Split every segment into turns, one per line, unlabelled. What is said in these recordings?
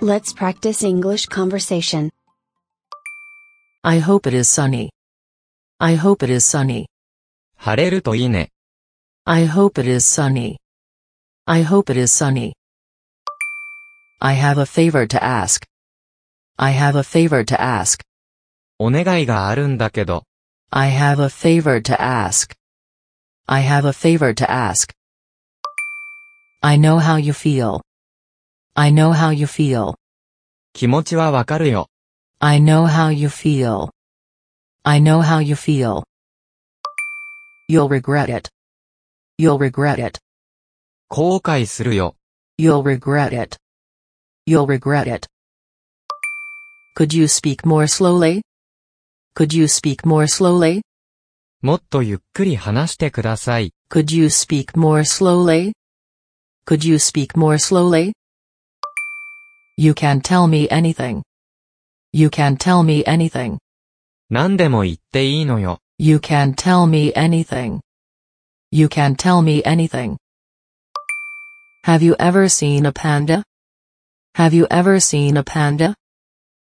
Let's practice English conversation.
I hope it is sunny. I hope it is sunny.
晴れるといいね。
I hope it is sunny. I hope it is sunny. I have a favor to ask. I have a favor to ask.
お願いがあるんだけど、
I have a favor to ask. I have a favor to ask. I know how you feel. I know how you feel.
気持ちはわかるよ。
I know how you feel. I know how you feel. You'll regret it. You'll regret it.
後悔するよ。
You'll regret it. You'll regret it. Could you speak more slowly? Could you speak more slowly?
もっとゆっくり話してください。
Could you speak more slowly? Could you speak more slowly? You can tell me anything. You can tell me anything.
何でも言っていいのよ。
You can tell me anything. You can tell me anything. Have you ever seen a panda? Have you ever seen a panda?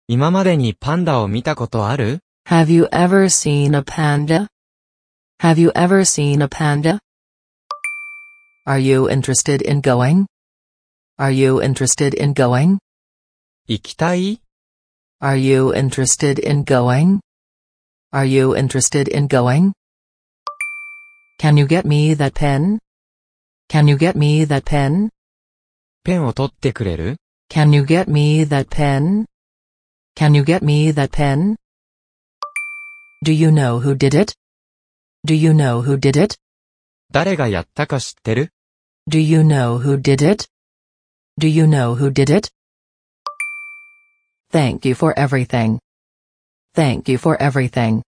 今までにパンダを見たことある
Have you ever seen a panda? Have you ever seen a panda? Are you interested in going? Are you interested in going?
行きたい
Are you interested in going? Are you interested in going? Can you get me that pen? Can you get me that pen?
ペンを取ってくれる
Can you get me that pen? Can you get me that pen? Do you know who did it? Do you know who did it?
誰がやったか知ってる
Do you know who did it? Do you know who did it? Thank you for everything. Thank you for everything.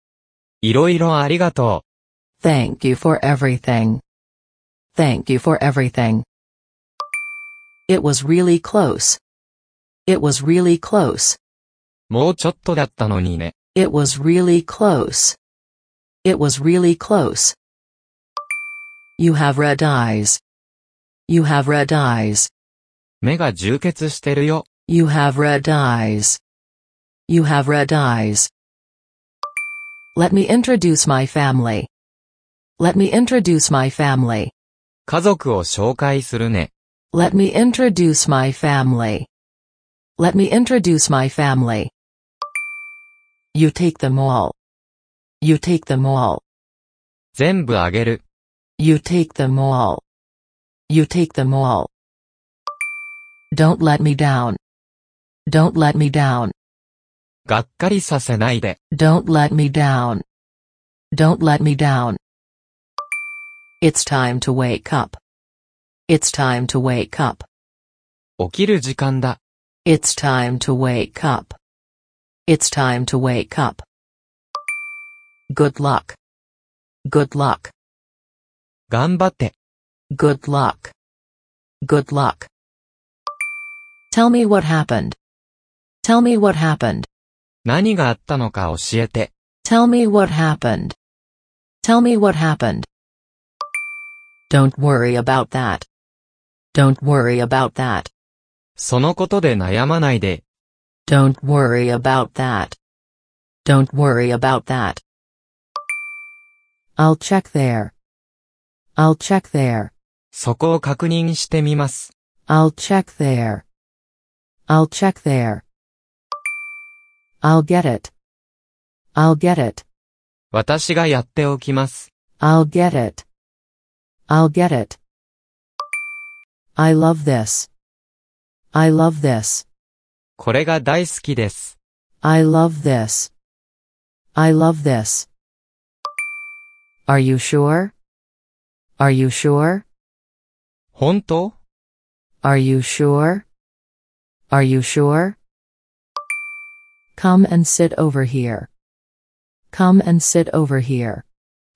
いろいろありがと
Thank you for everything. Thank you for everything. It was really close. It was really close.
う。もうちょっとだったのにね。
It was really close. It was really close. You have red eyes. You have red eyes.
目が充血してるよ。
You have red eyes. You have red eyes. Let me introduce my family. Let me introduce my family.
家族を紹介するね。
Let me introduce my family. Let me introduce my family. You take them all. You take them all.
全部あげる。
You take them all. You take them all. Don't let me down. Don't let me down.
がっかりさせないで。
Don't let me down. Don't let me down. It's time to wake up. It's time to wake up.
起きる時間だ。
It's time to wake up. It's time to wake up. Good luck. Good luck.
頑張って。
Good luck. Good luck. Tell me what happened. Tell me what happened.
何があったのか教えて。
Tell me what happened. Tell me what happened. Don't worry about that. Don't worry about that.
そのことで悩まないで。
Don't worry about that. Don't worry about that. I'll check there. I'll check there.
そこを確認してみます。
I'll check there. I'll check there. I'll get it. I'll get it.
私がやっておきます。
I'll get it. I'll get it. I love this. I love this.
これが大好きです。
I love this. I love this. Are you sure? Are you sure?
本当
Are you sure? Are you sure? Come and sit over here. Come and sit over here.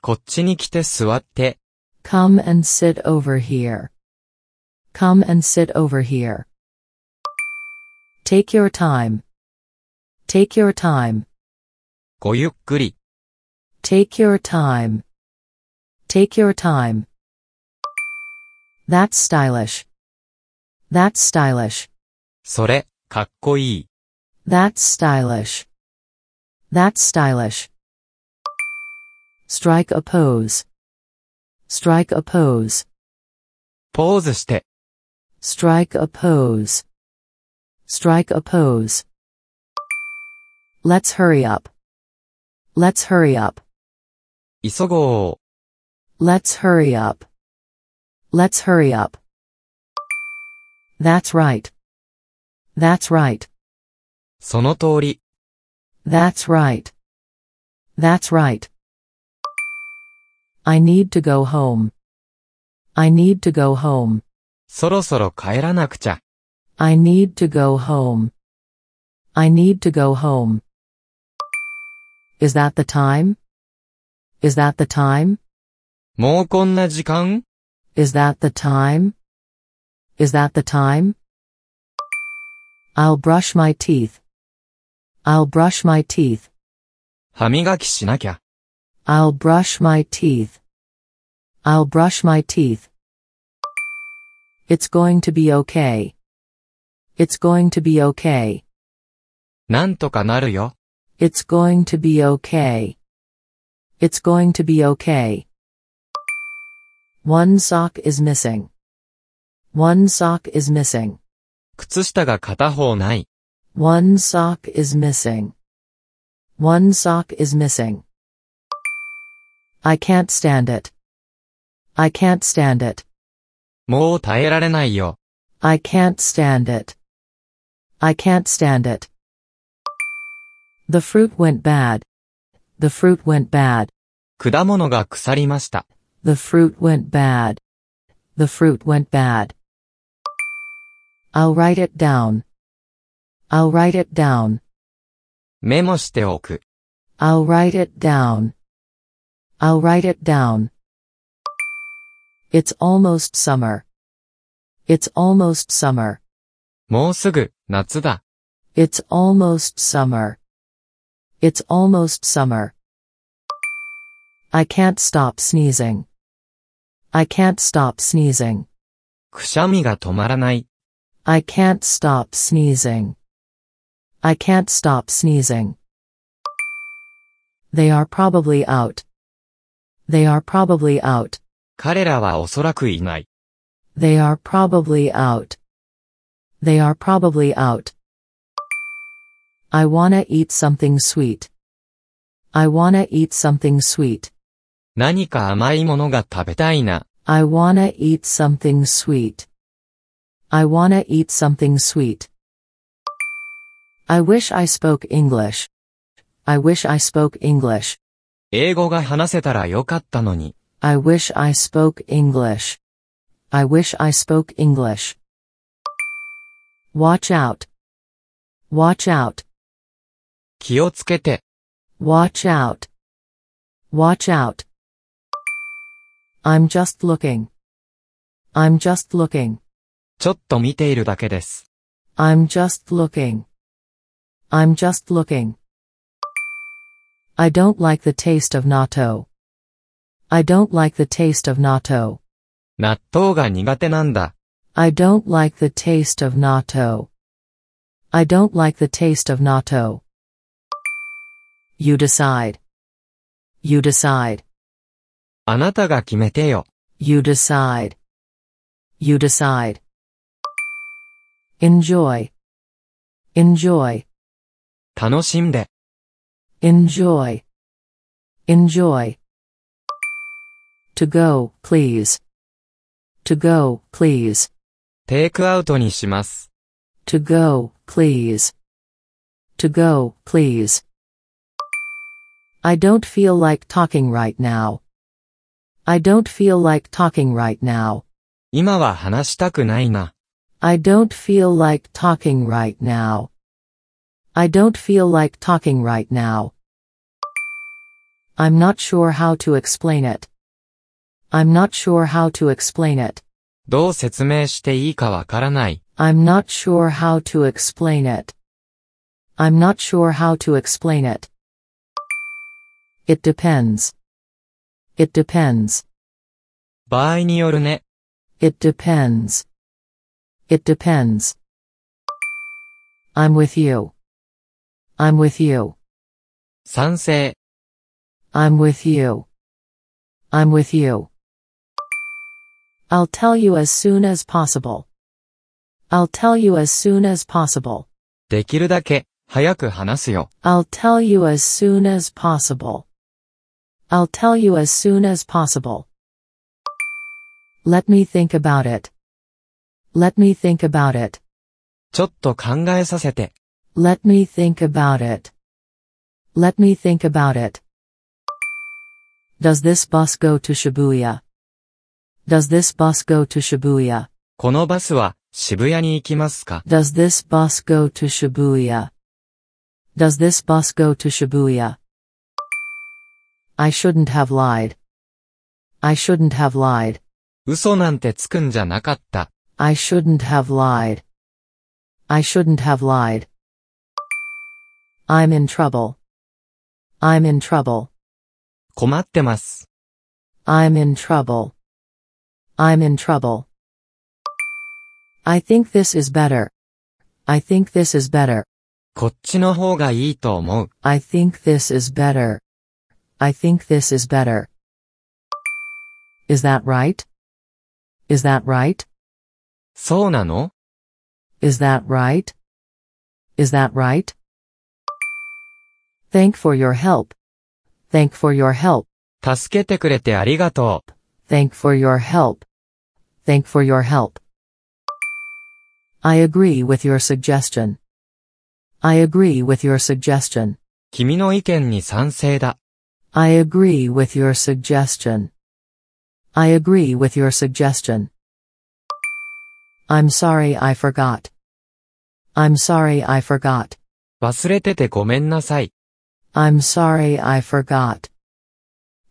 こっちに来て座って。
Come and sit over here. Come and sit over here. Take your time. Take your time.
ごゆっくり。
Take your time. Take your time. That's stylish. That's stylish.
それ、かっこいい。
That's stylish. That's stylish. Strike a pose. Strike a pose.
ポーズして、
Strike a pose. Strike a pose. Let's hurry up. Let's hurry up.
急ごう。
Let's hurry up. Let's hurry up. That's right. That's right.
その通り。
That's right. That's right. I need to go home. I need to go home.
そろそろ帰らなくちゃ。
I need to go home. I need to go home. Is that the time? Is that the time?
もうこんな時間
Is that the time? Is that the time? I'll brush my teeth. I'll brush my teeth.
歯磨きしなきゃ。
I'll brush my teeth. I'll brush my teeth. It's going to be okay. It's going to be okay.
なんとかなるよ。
It's going to be okay. It's going to be okay. One sock is missing. One sock is missing.
靴下が片方ない。
One sock is missing. One sock is missing. I can't stand it. I can't stand it.
もう耐えられないよ。
I can't stand it. I can't stand it. The fruit went bad. The fruit went bad.
果物が腐りました。
The fruit went bad. The fruit went bad. I'll write it down. I'll write it down.
メモしておく。
I'll write it down. I'll write it down. It's almost summer. It's almost summer.
もうすぐ、夏だ。
It's almost summer. It's almost summer. I can't stop sneezing. I can't stop sneezing.
くしゃみが止まらない。
I can't stop sneezing. I can't stop sneezing. They are probably out. They are probably out.
彼らはおそらくいない。
They are probably out. They are probably out. I wanna eat something sweet. I wanna eat something sweet.
何か甘いものが食べたいな。
I wanna eat something sweet. I wanna eat something sweet. I wish I spoke English. I wish I spoke English.
英語が話せたらよかったのに。
I wish I spoke English. I wish I spoke English. Watch out. Watch out.
気をつけて。
Watch out. Watch out. I'm just looking. I'm just looking.
ちょっと見ているだけです。
I'm just looking. I'm just looking. I don't like the taste of natto. I don't like the taste of natto.
納豆が苦手なんだ。
I don't like the taste of natto. I don't like the taste of natto. You decide. You decide.
あなたが決めてよ。
You decide. You decide. Enjoy. Enjoy.
楽しんで。
Enjoy. Enjoy. To go, please. To go, please.
テイクアウトにします。
To go, please. To go, please. I don't feel like talking right now. I don't feel like talking right now.
今は話したくないな。
I don't feel like talking right now. I don't feel like talking right now. I'm not sure how to explain it. I'm not sure how to explain it.
どう説明していいかわからない。
I'm not sure how to explain it. I'm not sure how to explain it. It depends. It depends.
場合によるね。
It depends. It depends. I'm with you. I'm with you.
賛成、
I'm with you. I'm with you. I'll tell you as soon as possible. I'll tell you as soon as possible.
できるだけ、早く話すよ。
I'll tell you as soon as possible. I'll tell you as soon as possible. Let me think about it. Let me think about it.
ちょっと考えさせて、
Let me think about it. Let me think about it. Does this bus go to Shibuya? Does this bus go to Shibuya?
このバスは、渋谷に行きますか
Does this bus go to Shibuya? Does this bus go to Shibuya? I shouldn't have lied. I shouldn't have lied.
嘘なんてつくんじゃなかった。
I shouldn't have lied. I shouldn't have lied. I'm in trouble. I'm in trouble.
困ってます。
I'm in trouble. I'm in trouble. I think this is better. I think this is better.
こっちの方がいいと思う。
I think this is better. I think this is better. Is that right? Is that right?
そうなの
Is that right? Is that right? Thank for your help. Thank for your help.
助けてくれてありがとう。
Thank for your help. Thank for your help. I agree with your suggestion. I agree with your suggestion.
君の意見に賛成だ。
I agree with your suggestion. I agree with your suggestion. I'm sorry I forgot. I'm sorry I forgot.
忘れててごめんなさい。
I'm sorry I forgot.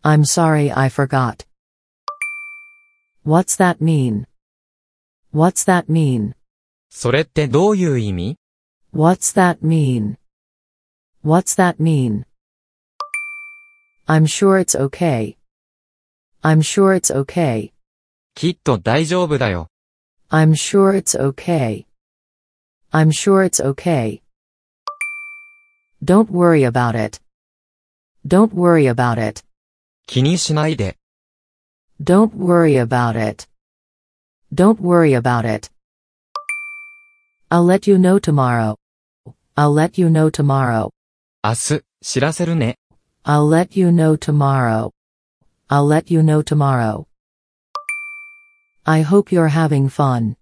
I'm sorry I forgot. What's that mean? What's that mean?
それってどういう意味
What's that mean? What's that mean? I'm sure it's okay. I'm sure it's okay.
きっと大丈夫だよ。
I'm sure it's okay. I'm sure it's okay. Don't worry about it. Don't worry about it.
気にしないで。
Don't worry about it. Don't worry about it. I'll let you know tomorrow. I'll let you know tomorrow.
明日、知らせるね。
I'll let you know tomorrow. I'll let you know tomorrow. I hope you're having fun.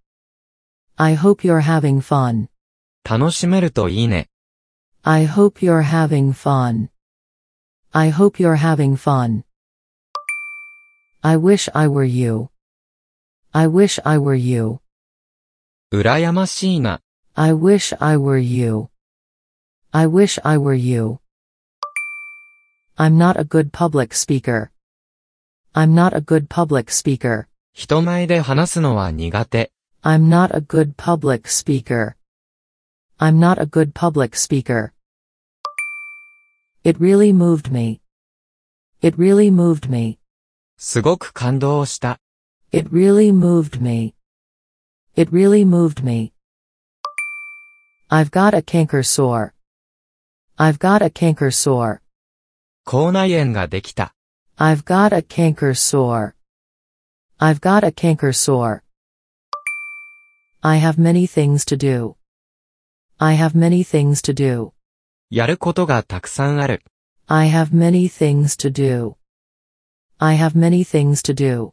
I hope you're having fun.
楽しめるといいね。
I hope you're having fun. I hope you're having fun. I wish I were you. I wish I were you.
羨ましいな。
I wish I were you. I wish I were you. I'm not a good public speaker. I'm not a good public speaker.
人前で話すのは苦手。
I'm not a good public speaker. I'm not a good public speaker. It really moved me. It really moved me.
すごく感動した。
It really moved me. It really moved me. I've got a canker sore. I've got a canker sore.
口内炎ができた。
I've got a canker sore. I've got a canker sore. I have many things to do. I have many things to do.
やることがたくさんある。
I have many things to do. I have many things to do.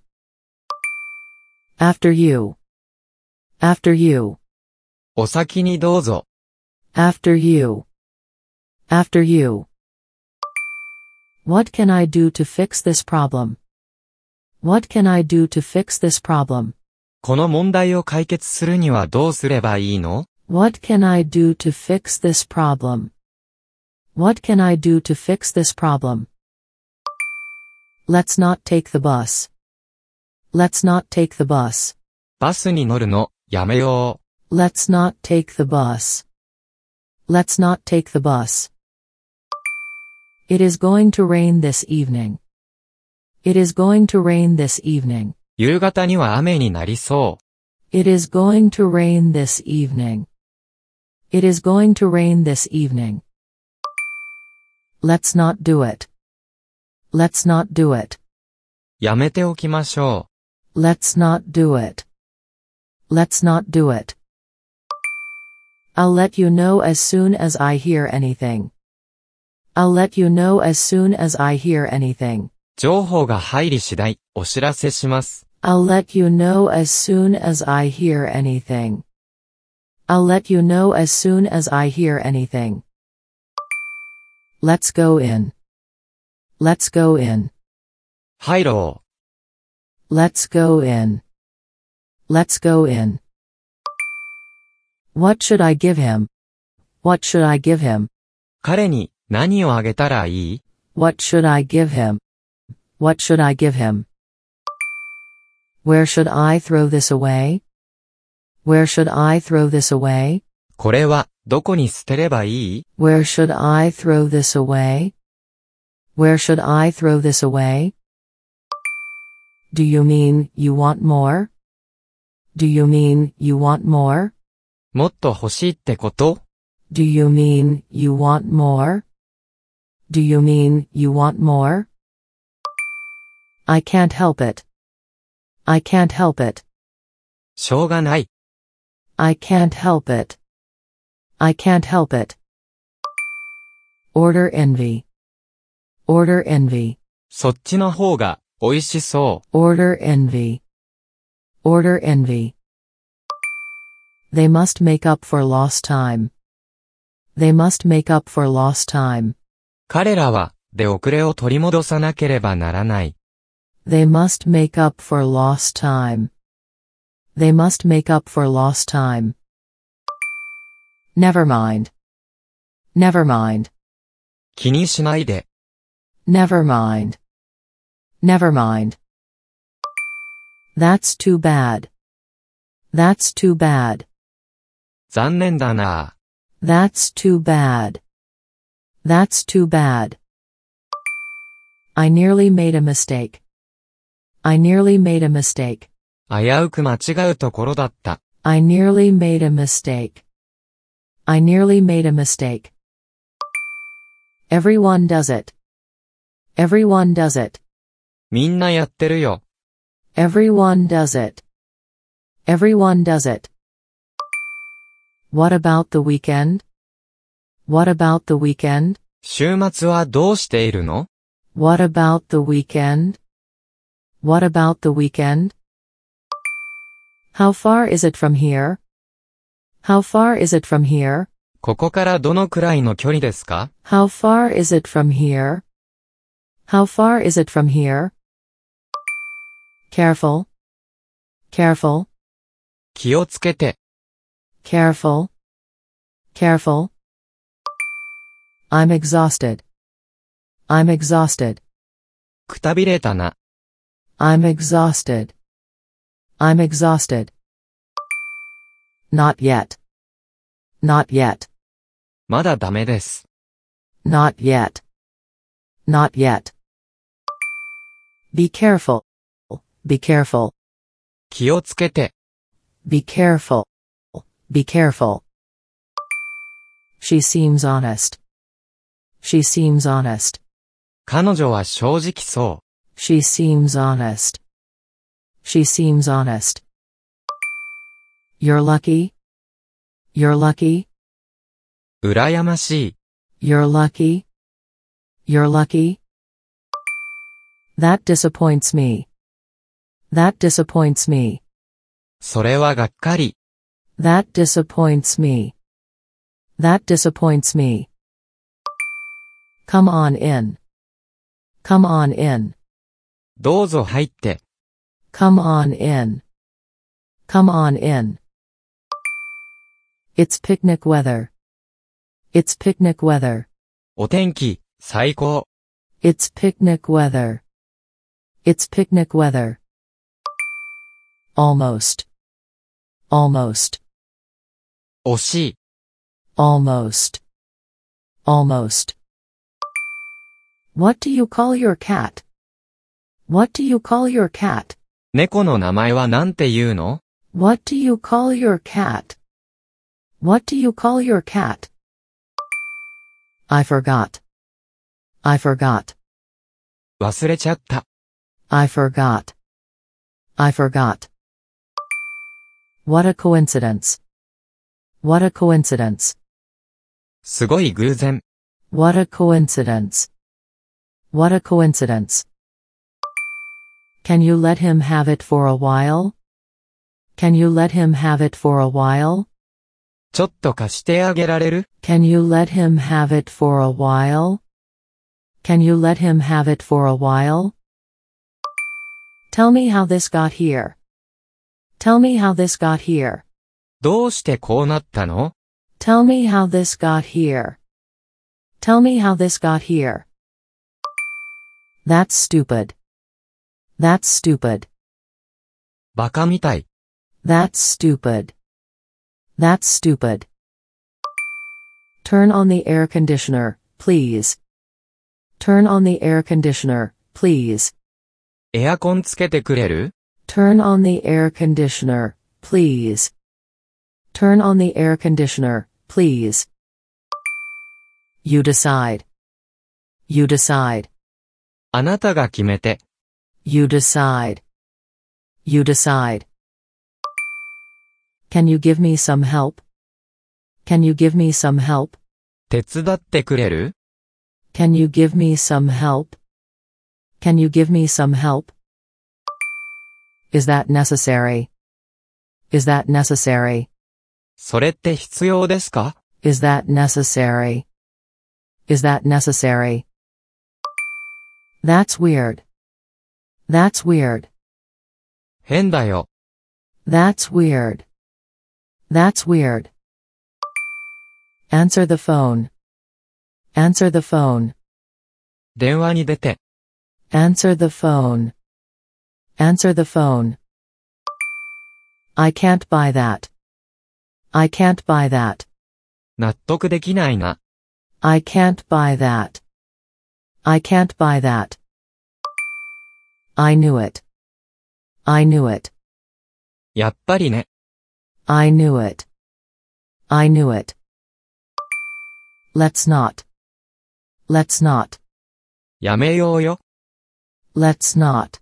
After you. After you.
お先にどうぞ。
After you. After you. What can I do to fix this problem? What can I do to fix this problem?
この問題を解決するにはどうすればいいの
What can I do to fix this problem? What can I do to fix this problem? Let's not take the bus. Let's not take the bus.
バスに乗るの、やめよ
Let's not take the bus. Let's not take the bus. It is going to rain this evening. It is going to rain this evening.
う。夕方には雨になりそう。
It is going to rain this evening. It is going to rain this evening. Let's not do it. Let's not do it.
やめておきましょ
Let's not do it. Let's not do it. I'll let you know as soon as I hear anything. I'll let you know as soon as I hear anything.
う。情報が入り次第、お知らせします。
I'll let you know as soon as I hear anything. I'll let you know as soon as I hear anything. Let's go in. Let's go in.
入ろ
Let's go in. Let's go in. What should I give him? What should I give him?
う。彼に何をあげたらいい
What should I give him? What should I give him? Where should I throw this away? Where should I throw this away?
これは、どこに捨てればいい
Where should I throw this away? Where should I throw this away? Do you mean you want more? Do you mean you want more?
もっと欲しいってこと
Do you mean you want more? Do you mean you want more? I can't help it. I can't help it.
しょうがない。
I can't help it. I can't help it. Order envy. Order envy.
そっちの方が、美味しそ
Order envy. Order envy. They must make up for lost time. They must make up for lost time.
う。彼らは、出遅れを取り戻さなければならない。
They must make up for lost time. They must make up for lost time. Never mind. Never mind.
気にしないで。
Never mind. Never mind. That's too bad. That's too bad.
残念だな
That's too bad. That's too bad. I nearly made a mistake. I nearly made a mistake.
危うく間違うところだった。
I nearly made a mistake. I nearly made a mistake. Everyone does it. Everyone does it.
みんなやってるよ。
Everyone does it. Everyone does it. What about the weekend? What about the weekend?
週末はどうしているの
What about the weekend? What about the weekend? How far is it from here? How far is it from here?
ここからどのくらいの距離ですか
How far is it from here? How far is it from here? Careful. Careful.
気をつけて。
Careful. Careful. I'm exhausted. I'm exhausted.
くたびれたな。
I'm exhausted. I'm exhausted. Not yet. Not yet.
まだダメです。
Not yet. Not yet. Be careful. Be careful.
気をつけて。
Be careful. Be careful. She seems honest. She seems honest.
彼女は正直そ
She seems honest. She seems honest. You're lucky. You're lucky.
う。羨ましい。
You're lucky. You're lucky. That disappoints me. That disappoints me.
それはがっかり。
That disappoints me. That disappoints me. Come on in. Come on in.
どうぞ入って。
Come on in. Come on in. It's picnic weather. It's picnic weather.
お天気、最高。
It's picnic weather. It's picnic weather. Almost. Almost.
惜しい。
Almost. Almost. What do you call your cat? What do you call your cat?
猫の名前はなんて言うの
What do you call your cat? What do you call your cat? I forgot. I forgot.
忘れちゃった。
I forgot. I forgot. What a coincidence. What a coincidence.
すごい偶然。
What a coincidence. What a coincidence. Can you let him have it for a while? Can you let him have it for a while?
ちょっと貸してあげられる
Can you let him have it for a while? Can you let him have it for a while? Tell me how this got here. Tell me how this got here.
どうしてこうなったの
Tell me how this got here. Tell me how this got here. That's stupid. That's stupid.
バカみたい。
That's stupid. That's stupid. Turn on the air conditioner, please. Turn on the air conditioner, please.
エアコンつけてくれる
Turn on the air conditioner, please. Turn on the air conditioner, please. You decide. You decide.
あなたが決めて。
You decide. You decide. Can you give me some help? Can you give me some help?
手伝ってくれる
Can you give me some help? Can you give me some help? Is that necessary? Is that necessary?
それって必要ですか
Is that necessary? Is that necessary? That's weird. That's weird.
変だよ。
That's weird. That's weird. Answer the phone. Answer the phone.
電話に出て。
Answer the phone. Answer the phone. I can't buy that. I can't buy that.
納得できないな。
I can't buy that. I can't buy that. I knew it. I knew it.
やっぱりね。
I knew it. I knew it. Let's not. Let's not.
やめようよ。
Let's not.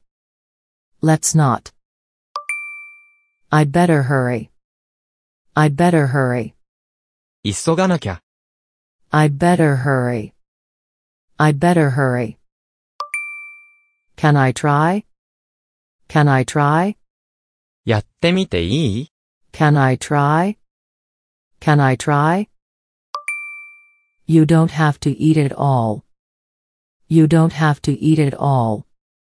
Let's not. I'd better hurry. I'd better hurry.
急がなきゃ。
I'd better hurry. I'd better hurry. Can I try? Can I try?
やってみていい
Can I try? Can I try? You don't have to eat it all. You don't have to eat it all.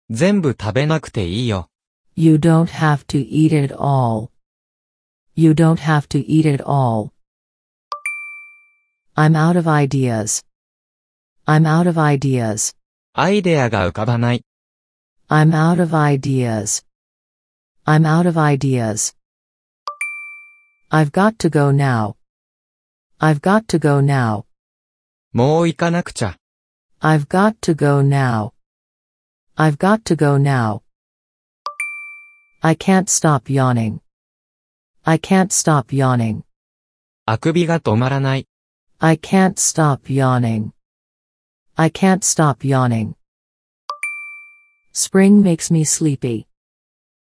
全部食べなくていいよ。
You don't have to eat it all. You don't have to eat it all. I'm out of ideas. I'm out of ideas.
アイデアが浮かばない。
I'm out of ideas. I'm out of ideas. I've got to go now. I've got to go now.
もう行かなくちゃ。
I've got to go now. I've got to go now. I can't stop yawning. I can't stop yawning.
あくびが止まらない。
I can't stop yawning. I can't stop yawning. Spring makes me sleepy.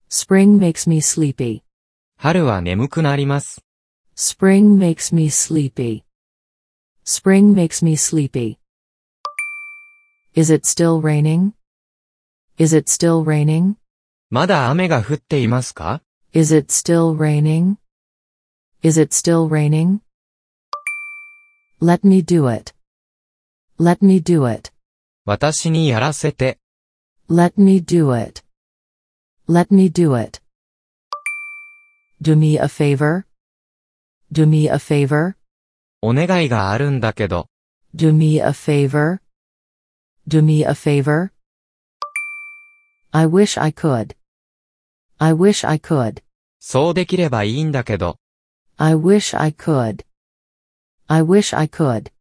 Spring makes me sleepy.
春は眠くなります。
Spring makes me sleepy. Spring makes me sleepy. Is it still raining? Is it still raining?
まだ雨が降っていますか
Is it still raining? Is it still raining? Let me do it. Let me do it.
私にやらせて。
Let me do it. Let me do it. Do me a favor. Do me a favor.
お願いがあるんだけど。
Do me a favor. Do me a favor. I wish I could. I wish I could.
そうできればいいんだけど。
I wish I could. I wish I could.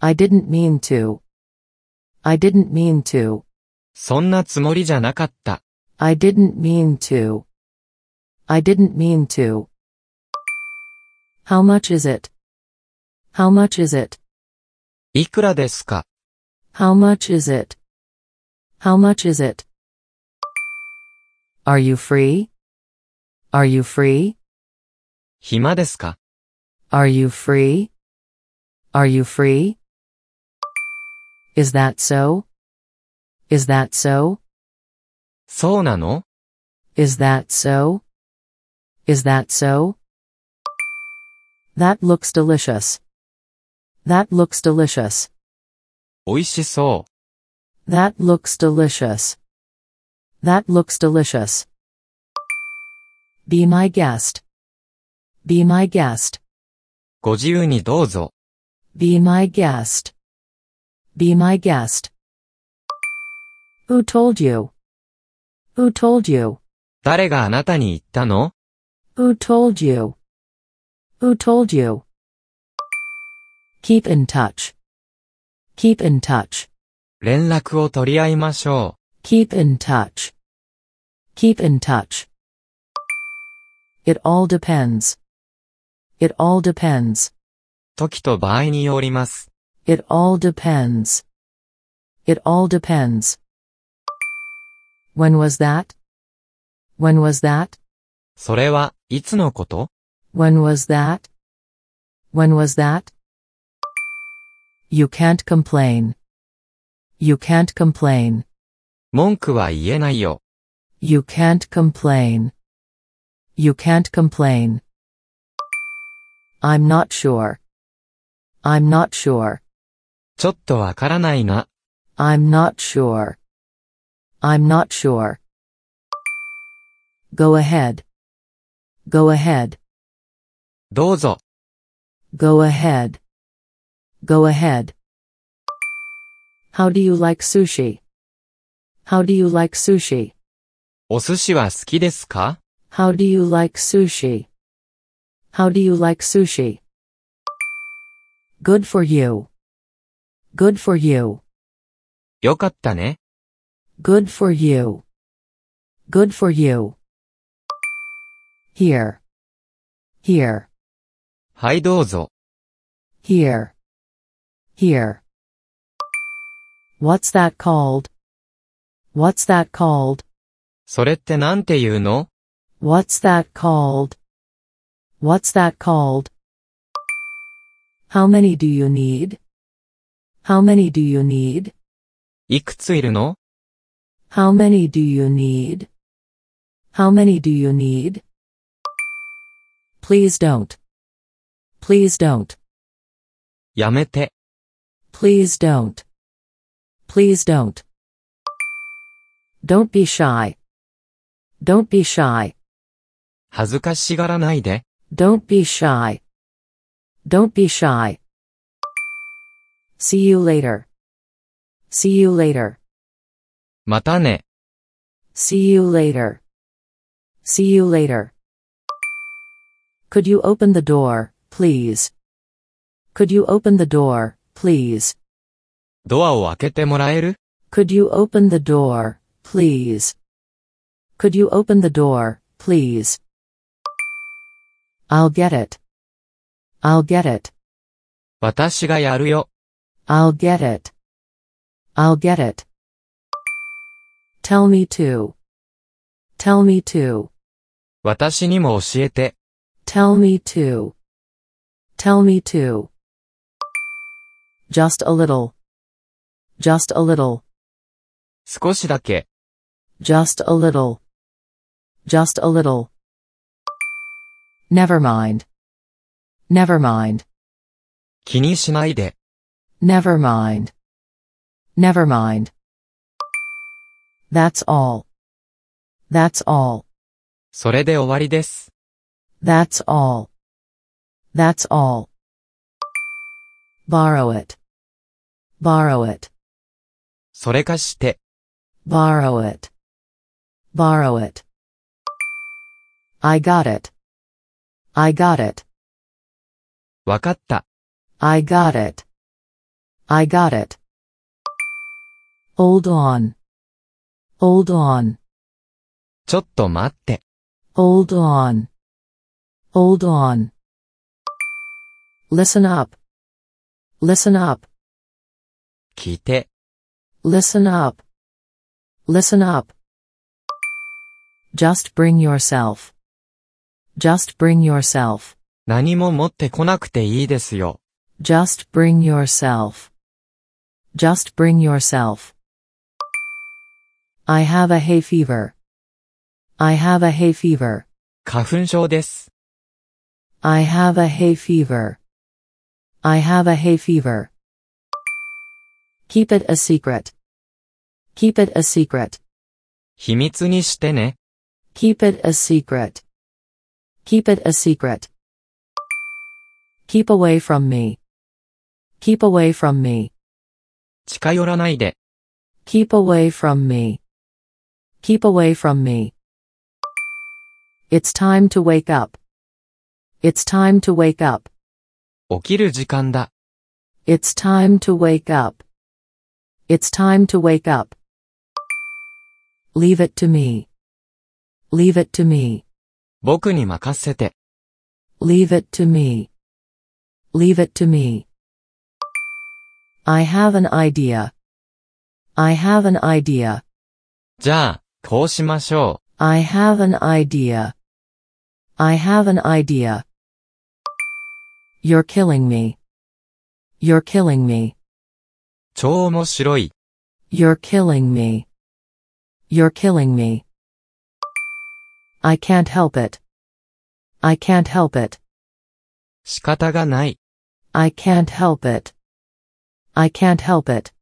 I didn't mean to. I didn't mean to.
そんなつもりじゃなかった。
I didn't mean to. I didn't mean to. How much is it? How much is it?
いくらですか
How much is it? How much is it? Are you free? Are you free?
暇ですか
Are you free? Are you free? Is that so? Is that so?
そうなの
Is that so? Is that so? That looks delicious. That looks delicious.
美味しそ
That looks delicious. That looks delicious. Be my guest. Be my guest.
う。ご自由にどうぞ。
Be my guest. Be my guest. Who told you? Who told you?
誰があなたに言ったの
Who told you? Who told you? Keep in touch. Keep in touch.
連絡を取り合いましょ
Keep in touch. Keep in touch. It all depends. It all depends.
う。時と場合によります。
It all depends. It all depends. When was that? When was that?
それは、いつのこと
When was that? When was that? You can't complain. You can't complain.
文句は言えないよ。
You can't complain. You can't complain. I'm not sure. I'm not sure.
ちょっとわからないな。
I'm not sure. I'm not sure. Go ahead. Go ahead.
どうぞ。
Go ahead. Go ahead. How do you like sushi? How do you like sushi?
お寿司は好きですか
How do you like sushi? How do you like sushi? Good for you. Good for you.
よかったね。
Good for you. Good for you. Here. Here.
はいどうぞ。
Here. Here. What's that called? What's that called?
それってなんて言うの
What's that called? What's that called? How many do you need? How many do you need?
いくついるの
How many do you need? How many do you need? Please don't. Please don't.
やめて。
Please don't. Please don't. Don't be shy. Don't be shy.
恥ずかしがらないで。
Don't be shy. Don't be shy. See you later. See you later.
またね。
See you later. See you later. Could you open the door, please? Could you open the door, please?
ドアを開けてもらえる
Could you open the door, please? Could you open the door, please? I'll get it. I'll get it.
私がやるよ。
I'll get it. I'll get it. Tell me to. Tell me to.
私にも教えて。
Tell me to. Tell me to. Just a little. Just a little.
少しだけ。
Just a little. Just a little. Never mind. Never mind.
気にしないで。
Never mind. Never mind. That's all. That's all.
それで終わりです。
That's all. That's all. Borrow it. Borrow it.
それ貸して。
Borrow it. Borrow it. I got it. I got it.
わかった。
I got it. I got it. Hold on. Hold on.
ちょっと待って。
Hold on. Hold on. Listen up. Listen up.
聞いて、
Listen up. Listen up. Just bring yourself. Just bring yourself.
何も持ってこなくていいですよ。
Just bring yourself. Just bring yourself. I have a hay fever. I have a hay fever.
花粉症です。
I have a hay fever. I have a hay fever. Keep it a secret. Keep it a secret.
秘密にしてね。
Keep it a secret. Keep it a secret. Keep away from me. Keep away from me.
近寄らないで。
Keep away from me. Keep away from me. It's time to wake up. It's time to wake up.
起きる時間だ。
It's time to wake up. It's time to wake up. Leave it to me. Leave it to me.
僕に任せて。
Leave it to me. Leave it to me. I have an idea. I have an idea.
じゃあ、こうしましょ
I have an idea. I have an idea. You're killing me. You're killing me.
う。超面白い。
You're killing me. You're killing me. I can't help it. I can't help it.
仕方がない。
I can't help it. I can't help it.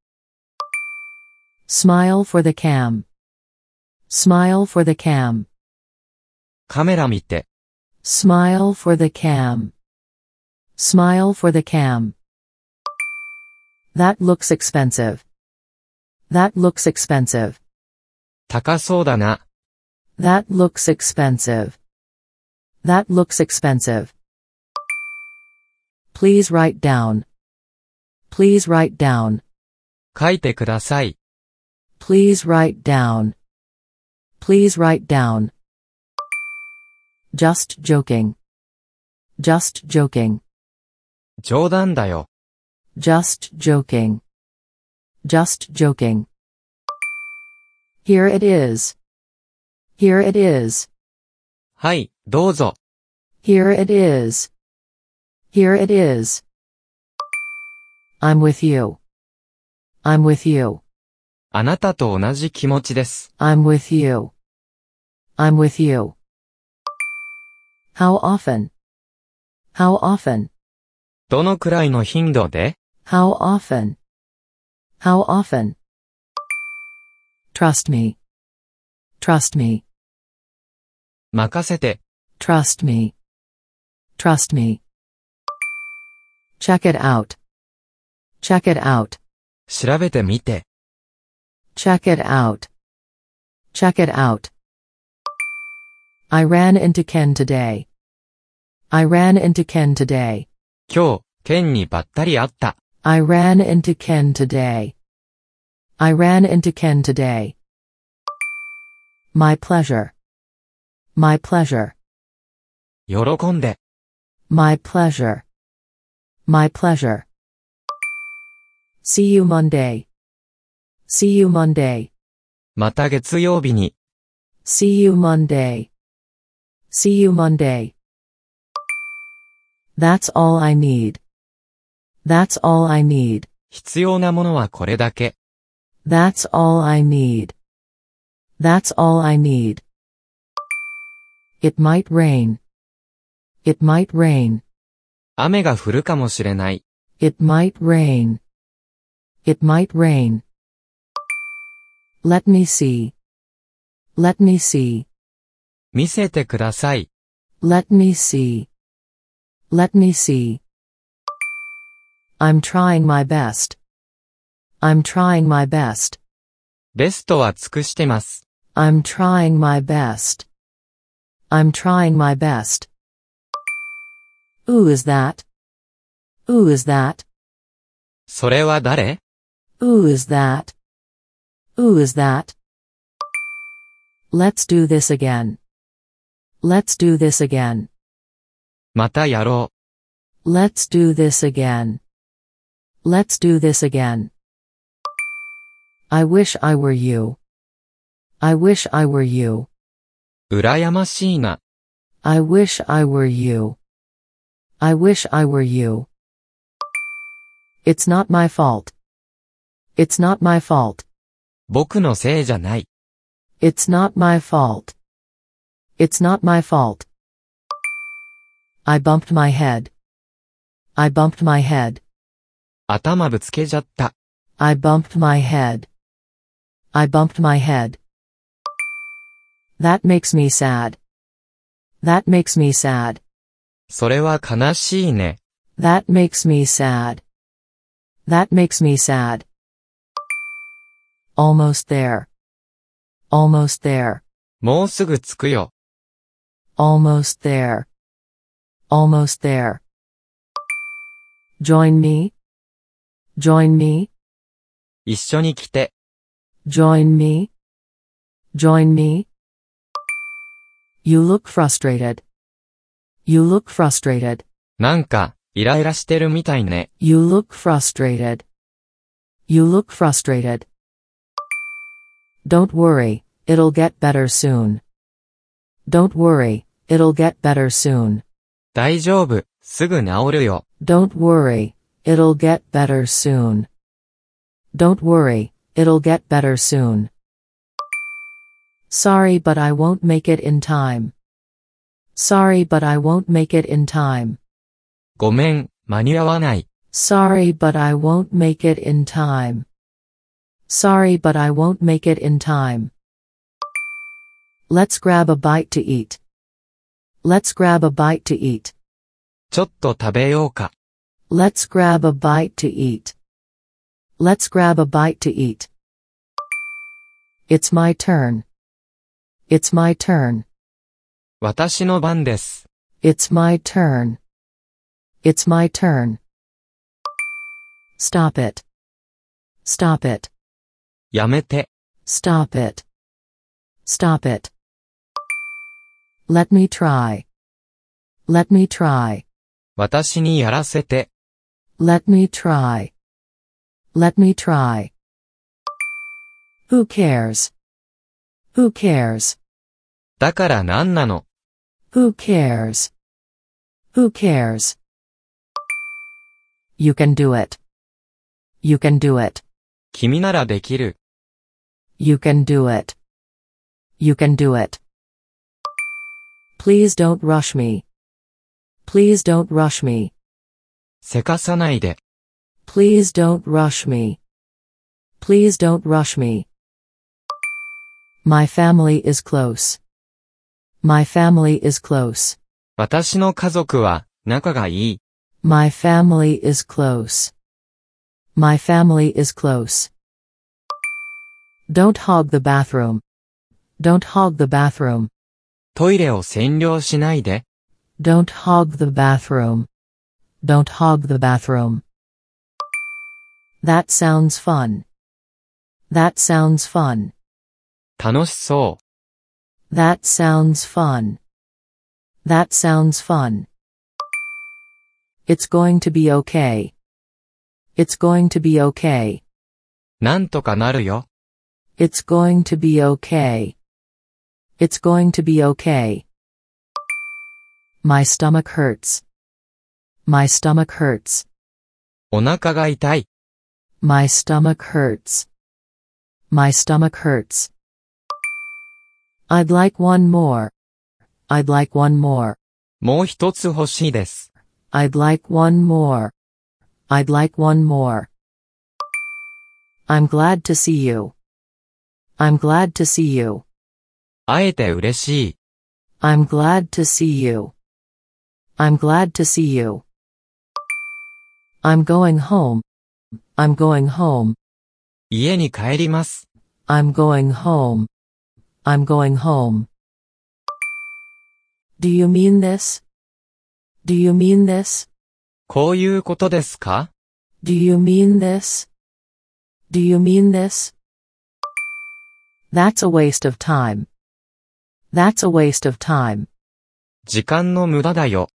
Smile for the cam. Smile for the cam.
カメラ見て。
Smile for the cam. Smile for the cam. That looks expensive. That looks expensive.
高そうだな。
That looks expensive. That looks expensive. Please write down. Please write down.
書いてください。
Please write down. Please write down. Just joking. Just joking.
冗談だよ。
Just joking. Just joking. Here it is. Here it is.
はい、どうぞ。
Here it is. Here it is. I'm with you. I'm with you.
あなたと同じ気持ちです。
I'm with you. I'm with you. How often? How often?
どのくらいの頻度で
How often? How often? Trust me. Trust me.
任せて。
Trust me. Trust me. Check it out. Check it out.
調べてみて。
Check it out. Check it out. I ran into Ken today. I ran into Ken today.
今日、県にばったり会った。
I ran into Ken today. I ran into Ken today. My pleasure. My pleasure.
喜んで。
My pleasure. My pleasure. See you Monday. See you Monday.
また月曜日に。
See you Monday. See you Monday. That's all I need. That's all I need.
必要なものはこれだけ。
That's all I need. That's all I need. It might rain. It might rain.
雨が降るかもしれない。
It might rain. It might rain. Let me see. Let me see.
見せてください。
Let me see. Let me see. I'm trying my best. I'm trying my best.
ベストは尽くしてます。
I'm trying my best. I'm trying my best. Who is that? Who is that?
それは誰
Who is that? Who is that? Let's do this again. Let's do this again.
またやろ
Let's do this again. Let's do this again. I wish I were you. I wish I were you.
羨ましいな。
I wish I were you. I wish I were you. It's not my fault. It's not my fault.
僕のせいじゃない。
It's not my fault. It's not my fault. I bumped my head. I bumped my head.
頭ぶつけちゃった。
I bumped my head. I bumped my head. That makes me sad. That makes me sad.
それは悲しいね。
That makes me sad. That makes me sad. Almost there. Almost there.
もうすぐ着くよ。
Almost there. Almost there. Join me. Join me.
一緒に来て。
Join me. Join me. You look frustrated. You look frustrated.
なんか、イライラしてるみたいね。
You look frustrated. You look frustrated. Don't worry, it'll get better soon. Don't worry, it'll get better soon.
大丈夫。すぐ治るよ。
Don't worry, it'll get better soon. Don't worry, it'll get better soon. Sorry, but I won't make it in time. Sorry, but I won't make it in time.
ごめん、間に合わない。
Sorry, but I won't make it in time. Sorry, but I won't make it in time. Let's grab a bite to eat. Let's grab a bite to eat.
ちょっと食べようか。
Let's grab a bite to eat. Let's grab a bite to eat. It's my turn. It's my turn.
私の番です。
It's my turn. It's my turn. Stop it. Stop it.
やめて。
Stop it. Stop it. Let me try. Let me try.
私にやらせて。
Let me try. Let me try. Who cares? Who cares?
だから何なの
Who cares? Who cares? You can do it. You can do it.
君ならできる。
You can do it. You can do it. Please don't rush me. Please don't rush me.
せかさないで。
Please don't rush me. Please don't rush me. My family is close. My family is close.
私の家族は、仲がいい。
My family is close. My family is close. Don't hog the bathroom. Don't hog the bathroom.
トイレを占領しないで。
Don't hog the bathroom. Don't hog the bathroom. That sounds fun. That sounds fun.
楽しそ
That sounds fun. That sounds fun. It's going to be okay. It's going to be okay.
う。なんとかなるよ。
It's going to be okay. It's going to be okay. My stomach hurts. My stomach hurts.
お腹が痛い。
My stomach hurts. My stomach hurts. I'd like one more. I'd like one more.
もう一つ欲しいです。
I'd like one more. I'd like one more. I'm glad to see you. I'm glad to see you.
会えて嬉しい。
I'm glad to see you. I'm glad to see you. I'm going home. I'm going home.
家に帰ります。
I'm going home. I'm going home. Do you mean this? Do you mean this?
こういうことですか
Do you mean this? Do you mean this? That's a waste of time. That's a waste of time.
時間の無駄だよ。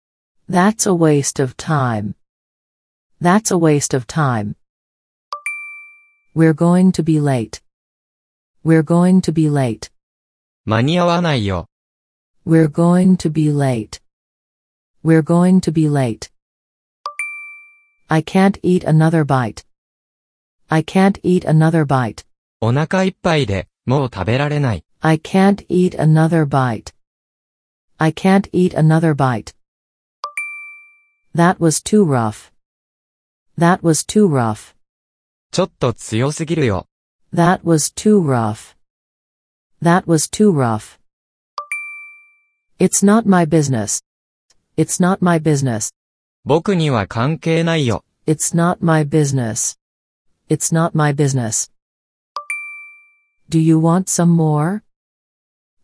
That's a waste of time. That's a waste of time. We're going to be late. We're going to be late.
間に合わないよ。
We're going to be late. We're going to be late. I can't eat another bite. I can't eat another bite.
お腹いっぱいで、もう食べられない。
I can't eat another bite. I can't eat another bite. That was too rough. That was too rough.
ちょっと強すぎるよ。
That was too rough. That was too rough. It's not my business. It's not my business.
僕には関係ないよ。
It's not my business. It's not my business. Do you want some more?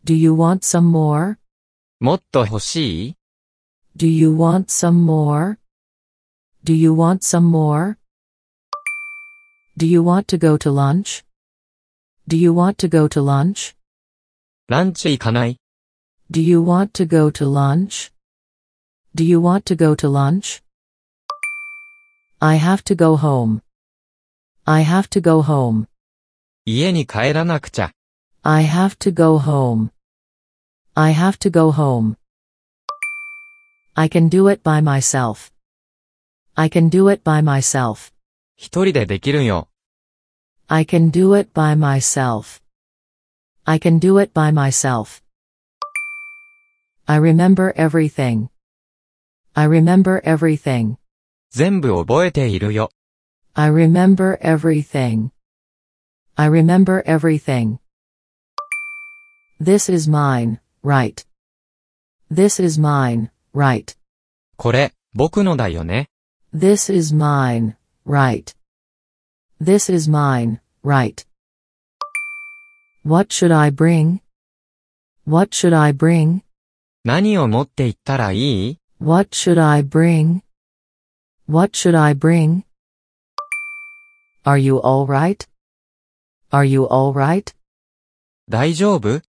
Do you want some more?
もっと欲しい
Do you want some more? Do you want some more? Do you want to go to lunch? Do you want to go to lunch?
ランチ行かない
Do you want to go to lunch? Do you want to go to lunch? I have to go home. I have to go home.
家に帰らなくちゃ。
I have to go home. I have to go home. I can do it by myself. I can do it by myself.
一人でできるよ。
I can do it by myself. I can do it by myself. I remember everything. I remember everything.
全部覚えているよ。
I remember everything. I remember everything. This is mine, right? This is mine, right?
これ、僕のだよね。
This is mine, right? This is mine, right? What should I bring? What should I bring?
何を持って行ったらいい
What should I bring? What should I bring? Are you alright? Are you alright?
大丈夫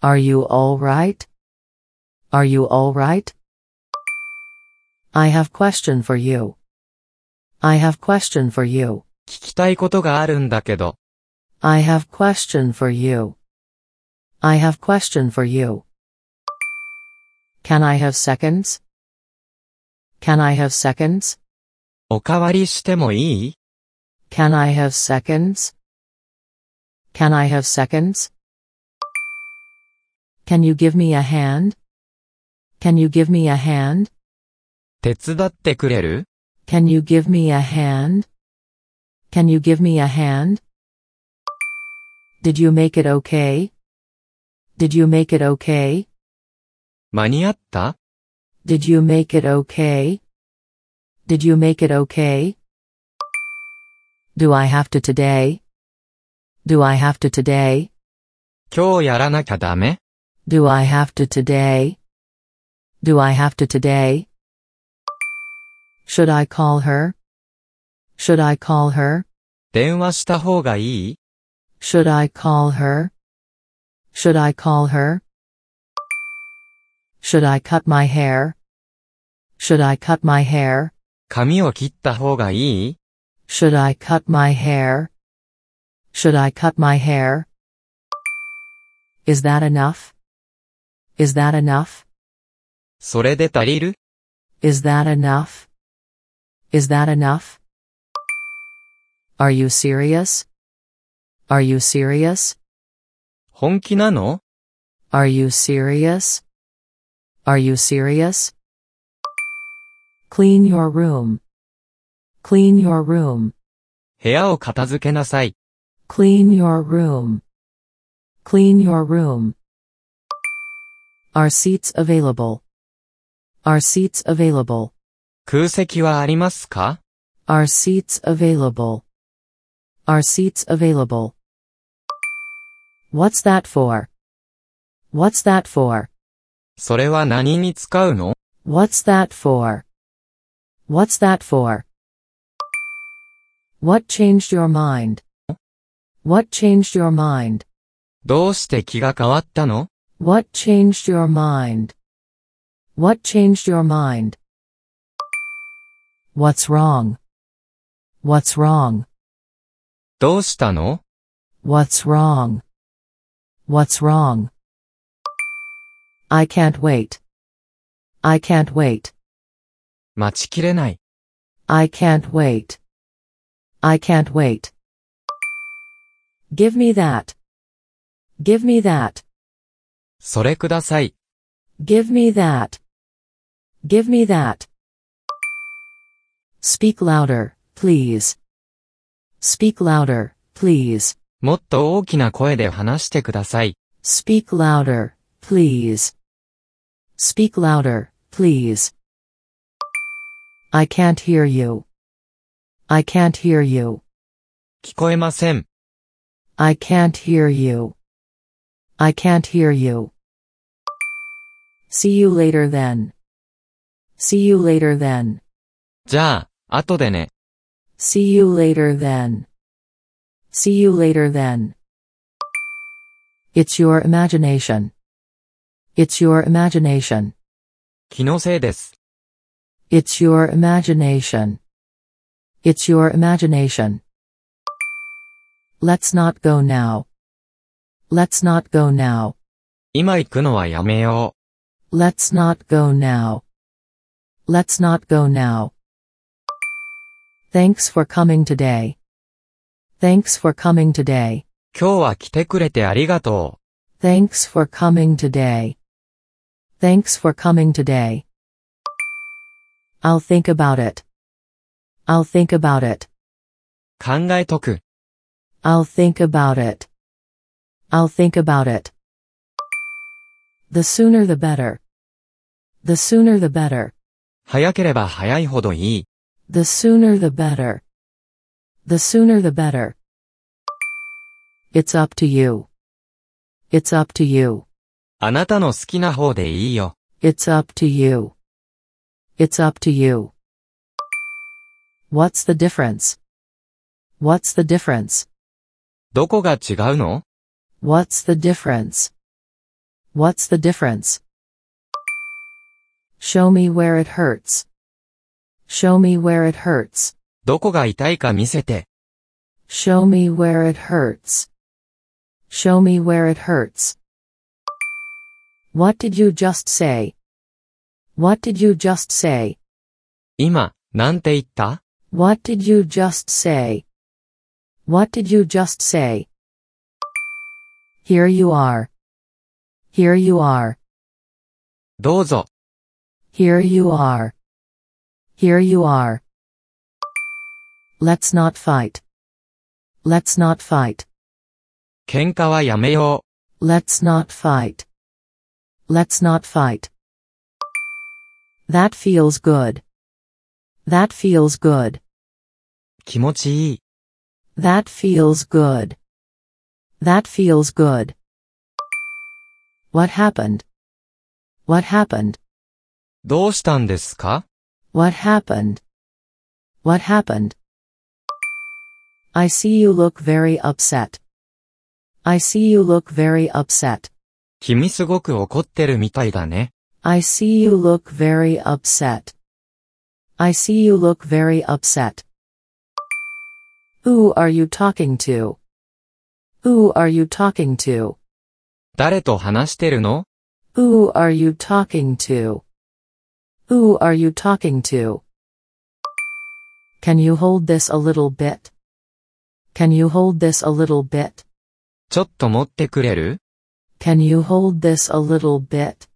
Are you alright? Are you alright? I have question for you. I have question for you.
聞きたいことがあるんだけど。
I have question for you. I have question for you. Can I have seconds? Can I have seconds?
おかわりしてもいい
Can I have seconds? Can I have seconds? Can you give me a hand? Can you give me a hand?
手伝ってくれる
Can you give me a hand? Can you give me a hand? Did you make it okay? Did you make it okay?
間に合った
Did you make it okay? Did you make it okay? Do I have to today? Do I have to today?
今日やらなきゃダメ
Do I have to today? Do I have to today? Should I call her? Should I call her?
電話した方がいい
Should I call her? Should I call her? Should I cut my hair? Should I cut my hair?
髪を切った方がいい
Should I cut my hair? Should I cut my hair? Is that enough? Is that enough?
それで足りる
Is that enough? Is that enough? Are you serious? Are you serious?
本気なの
Are you serious? Are you serious? Clean your room. Clean your room.
部屋を片付けなさい。
Clean your room. Clean your room. Are seats available? Are seats available?
空席はありますか
Are seats available? Are seats available? What's that for? What's that for?
それは何に使うの
What's that for? What's that for? What changed your mind? What changed your mind?
どうして気が変わったの
What changed your mind? What changed your mind? What's wrong? What's wrong?
どうしたの
What's wrong? What's wrong? I can't wait. I can't wait.
待ちきれない。
I can't wait. I can't wait. Give me that. Give me that.
それください。
Give me that. Give me that. Speak louder, please. Speak louder, please.
もっと大きな声で話してください。
Speak louder, please. Speak louder, please. I can't hear you. I can't hear you.
聞こえません。
I can't hear you. I can't hear you. See you later then. See you later then.
じゃあ、後でね。
See you later then. See you later then. It's your imagination. It's your imagination.
気のせいです。
It's your imagination. It's your imagination. Let's not go now. Let's not go now.
今行くのはやめよ
Let's not go now. Let's not go now. Thanks for coming today. Thanks for coming today.
う。今日は来てくれてありがと
Thanks for coming today. Thanks for coming today. I'll think about it. I'll think about it.
う。考えとく。
I'll think about it. I'll think about it. The sooner the better. The sooner the better.
早ければ早いほどいい。
The sooner the better. The sooner the better. It's up to you. It's up to you.
あなたの好きな方でいいよ。
It's up to you. It's up to you. What's the difference? What's the difference?
どこが違うの
What's the difference? What's the difference? Show me where it hurts. Show me where it hurts.
どこが痛いか見せて。
Show me where it hurts. Show me where it hurts. What did you just say? What did you just say?
今、なんて言った
What did you just say? What did you just say? Here you are. Here you are.
どうぞ。
Here you are. Here you are. Let's not fight. Let's not fight.
喧嘩はやめよ
Let's not fight. Let's not fight. That feels good. That feels good.
う。気持ちいい。
That feels good. That feels good. What happened? What happened?
どうしたんですか
What happened? What happened? I see you look very upset. I see you look very upset.
君すごく怒ってるみたいだね。
I see you look very upset. I see you look very upset. Who are you talking to? Who are you talking to?
誰と話してるの
Who are you talking to? Who are you talking to? Can you hold this a little bit? Can you hold this a little bit?
ちょっと持ってくれる
Can you hold this a little bit?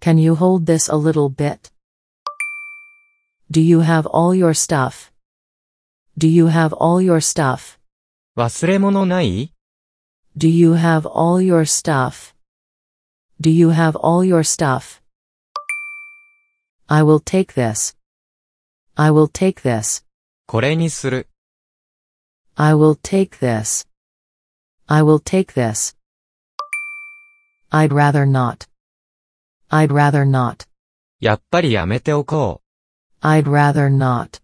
Can you hold this a little bit? Do you have all your stuff? Do you have all your stuff?
忘れ物ない
Do you have all your stuff? Do you have all your stuff? I will take this. I will take this.
これにする。
I will take this. I will take this. I'd rather not. I'd rather not.
やっぱりやめておこ
I'd rather not.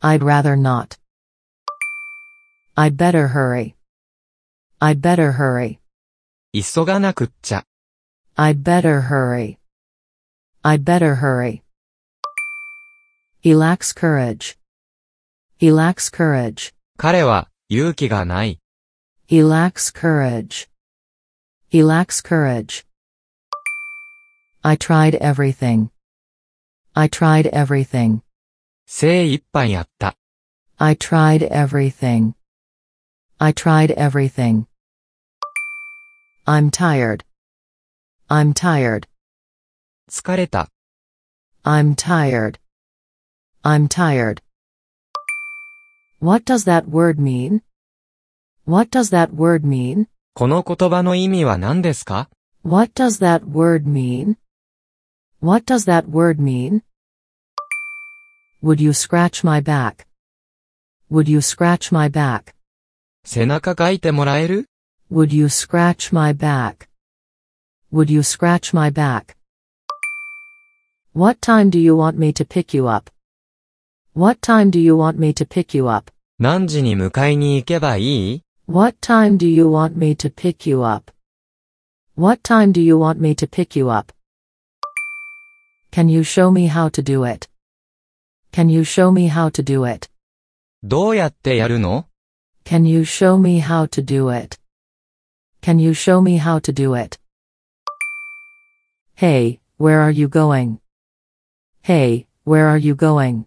I'd rather not. I'd better hurry. I'd better hurry.
う。急がなくっちゃ。
I'd better hurry. I'd better hurry. He lacks courage. He lacks courage.
彼は勇気がない。
He lacks courage. He lacks courage. I tried everything. I tried everything.
精一杯やった。
I tried everything. I tried everything. I'm tired. I'm tired.
疲れた。
I'm tired. I'm tired. What does that word mean? What does that word mean?
この言葉の意味は何ですか
What does that word mean? What does that word mean? Would you scratch my back? Would you scratch my back?
背中書いてもらえる
Would you scratch my back? Would you scratch my back? What time do you want me to pick you up? What time do you want me to pick you up?
何時に迎えに行けばいい
What time do you want me to pick you up? What time do you want me to pick you up? Can you show me how to do it? Can you show me how to do it?
どうやってやるの
Can you show me how to do it? Can you show me how to do it? Hey, where are you going? Hey, where are you going?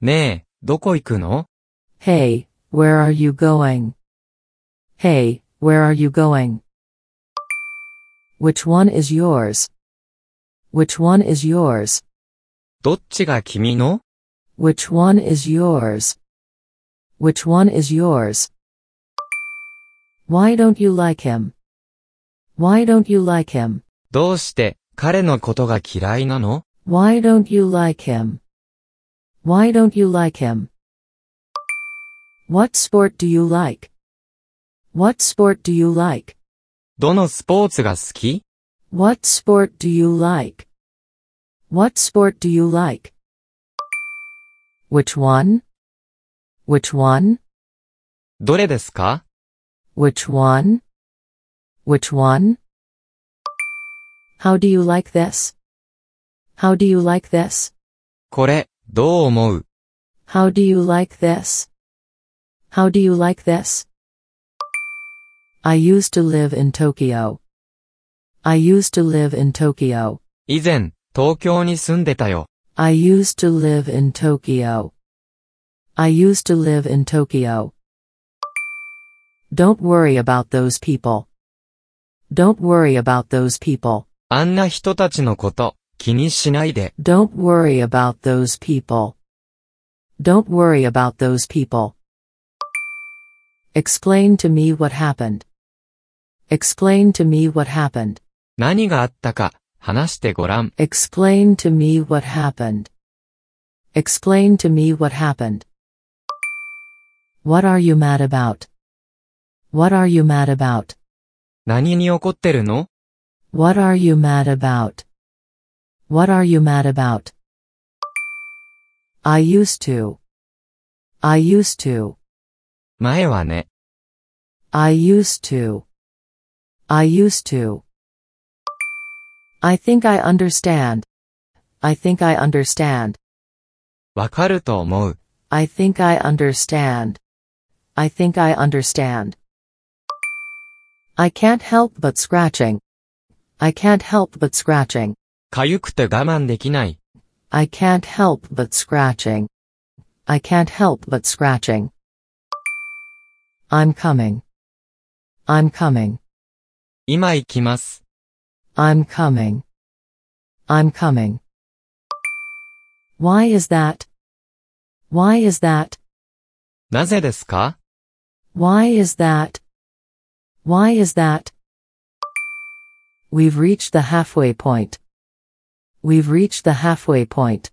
ねえ、どこ行くの
Hey, where are you going? Hey, where are you going? Which one is yours? Which one is yours?
どっちが君の
Which one is yours? Which one is yours? Why don't you like him? Why don't you like him?
どうして彼のことが嫌いなの
Why don't you like him? Why don't you like him? What sport do you like? What sport do you like?
どのスポーツが好き
What sport do you like? What sport do you like? Which one? Which one?
どれですか
Which one? Which one? How do you like this? How do you like this?
これ、どう思う
How do you like this? How do you like this? I used to live in Tokyo. I used to live in Tokyo.
以前、東京に住んでたよ。
I used to live in Tokyo. I used to live in Tokyo. Don't worry about those people. Don't worry about those people.
あんな人たちのこと、気にしないで。
Don't worry about those people. Don't worry about those people. Explain to me what happened. Explain to me what happened.
何があったか、話してごらん。
Explain to me what happened. Explain to me what happened. What are you mad about? What are you mad about?
何に怒ってるの
What are you mad about? What are you mad about? I used to. I used to.
前はね。
I used to. I used to. I think I understand. I think I understand.
わかると思う。
I think I understand. I think I understand. I can't help but scratching. I can't help but scratching.
かゆくて我慢できない。
I can't help but scratching. I can't help but scratching. I'm coming. I'm coming.
今行きます。
I'm coming. I'm coming. Why is that? Why is that?
なぜですか
Why is that? Why is that? We've reached the halfway point. We've reached the halfway point.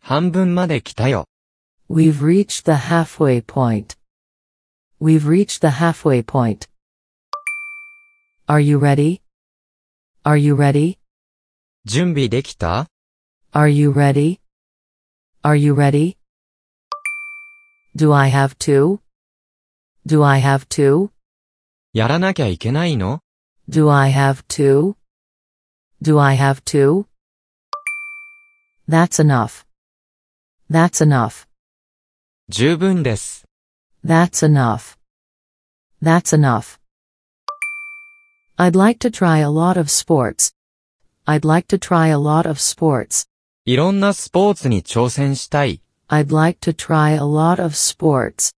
半分まで来たよ。
We've reached the halfway point. We've reached the halfway point. Are you ready? Are you ready?
準備できた
Are you ready? Are you ready? Do I have to? Do I have to?
やらなきゃいけないの
Do I have to? Do I have to? That's enough. That's enough.
十分です。
That's enough. That's enough. I'd like to try a lot of sports. I'd like to try a lot of sports.
いろんなスポーツに挑戦したい。
I'd like to try a lot of sports.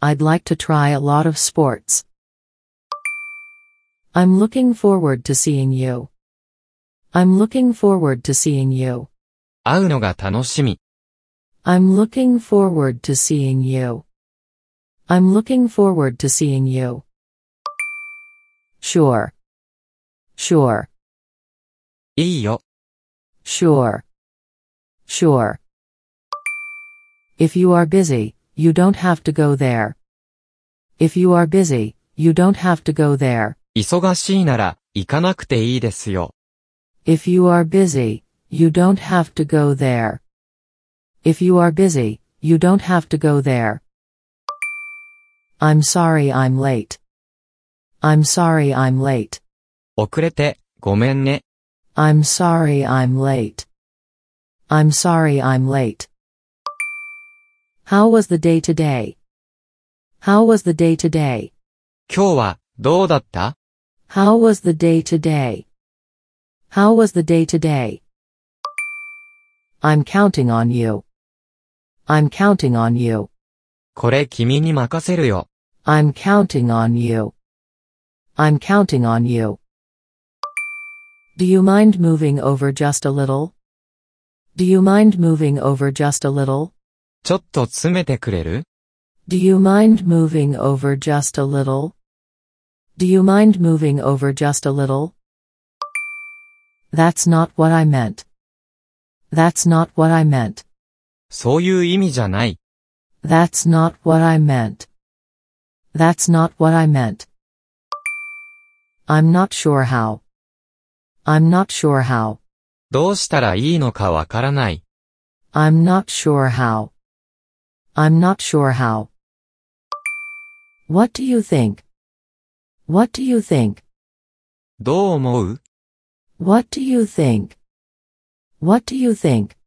I'd like to try a lot of sports. I'm looking forward to seeing you. I'm looking forward to seeing you.
会うのが楽しみ。
I'm looking forward to seeing you. I'm looking forward to seeing you. Sure. Sure.
いいよ。
Sure. Sure. If you are busy, you don't have to go there. If you are busy, you don't have to go there.
忙しいなら、行かなくていいですよ。
If you are busy, you don't have to go there. If you are busy, you don't have to go there. I'm sorry I'm late. I'm sorry I'm late.
遅れて、ごめんね。
I'm sorry I'm late. I'm sorry I'm late. How was the day today? How was the day today?
今日は、どうだった
How was the day today? How was the day today? I'm counting on you. I'm counting on you.
これ君に任せるよ。
I'm counting on you. I'm counting on you. Do you mind moving over just a little? Do you mind moving over just a little?
ちょっと詰めてくれる
Do you mind moving over just a little? Do you mind moving over just a little? That's not what I meant. That's not what I meant.
そういう意味じゃない。
That's not what I meant. That's not what I meant. I'm not sure how. I'm not sure how.
どうしたらいいのかわからない。
I'm not sure how. I'm not sure how. What do you think? What do you think?
どう思う
What do you think? What do you think?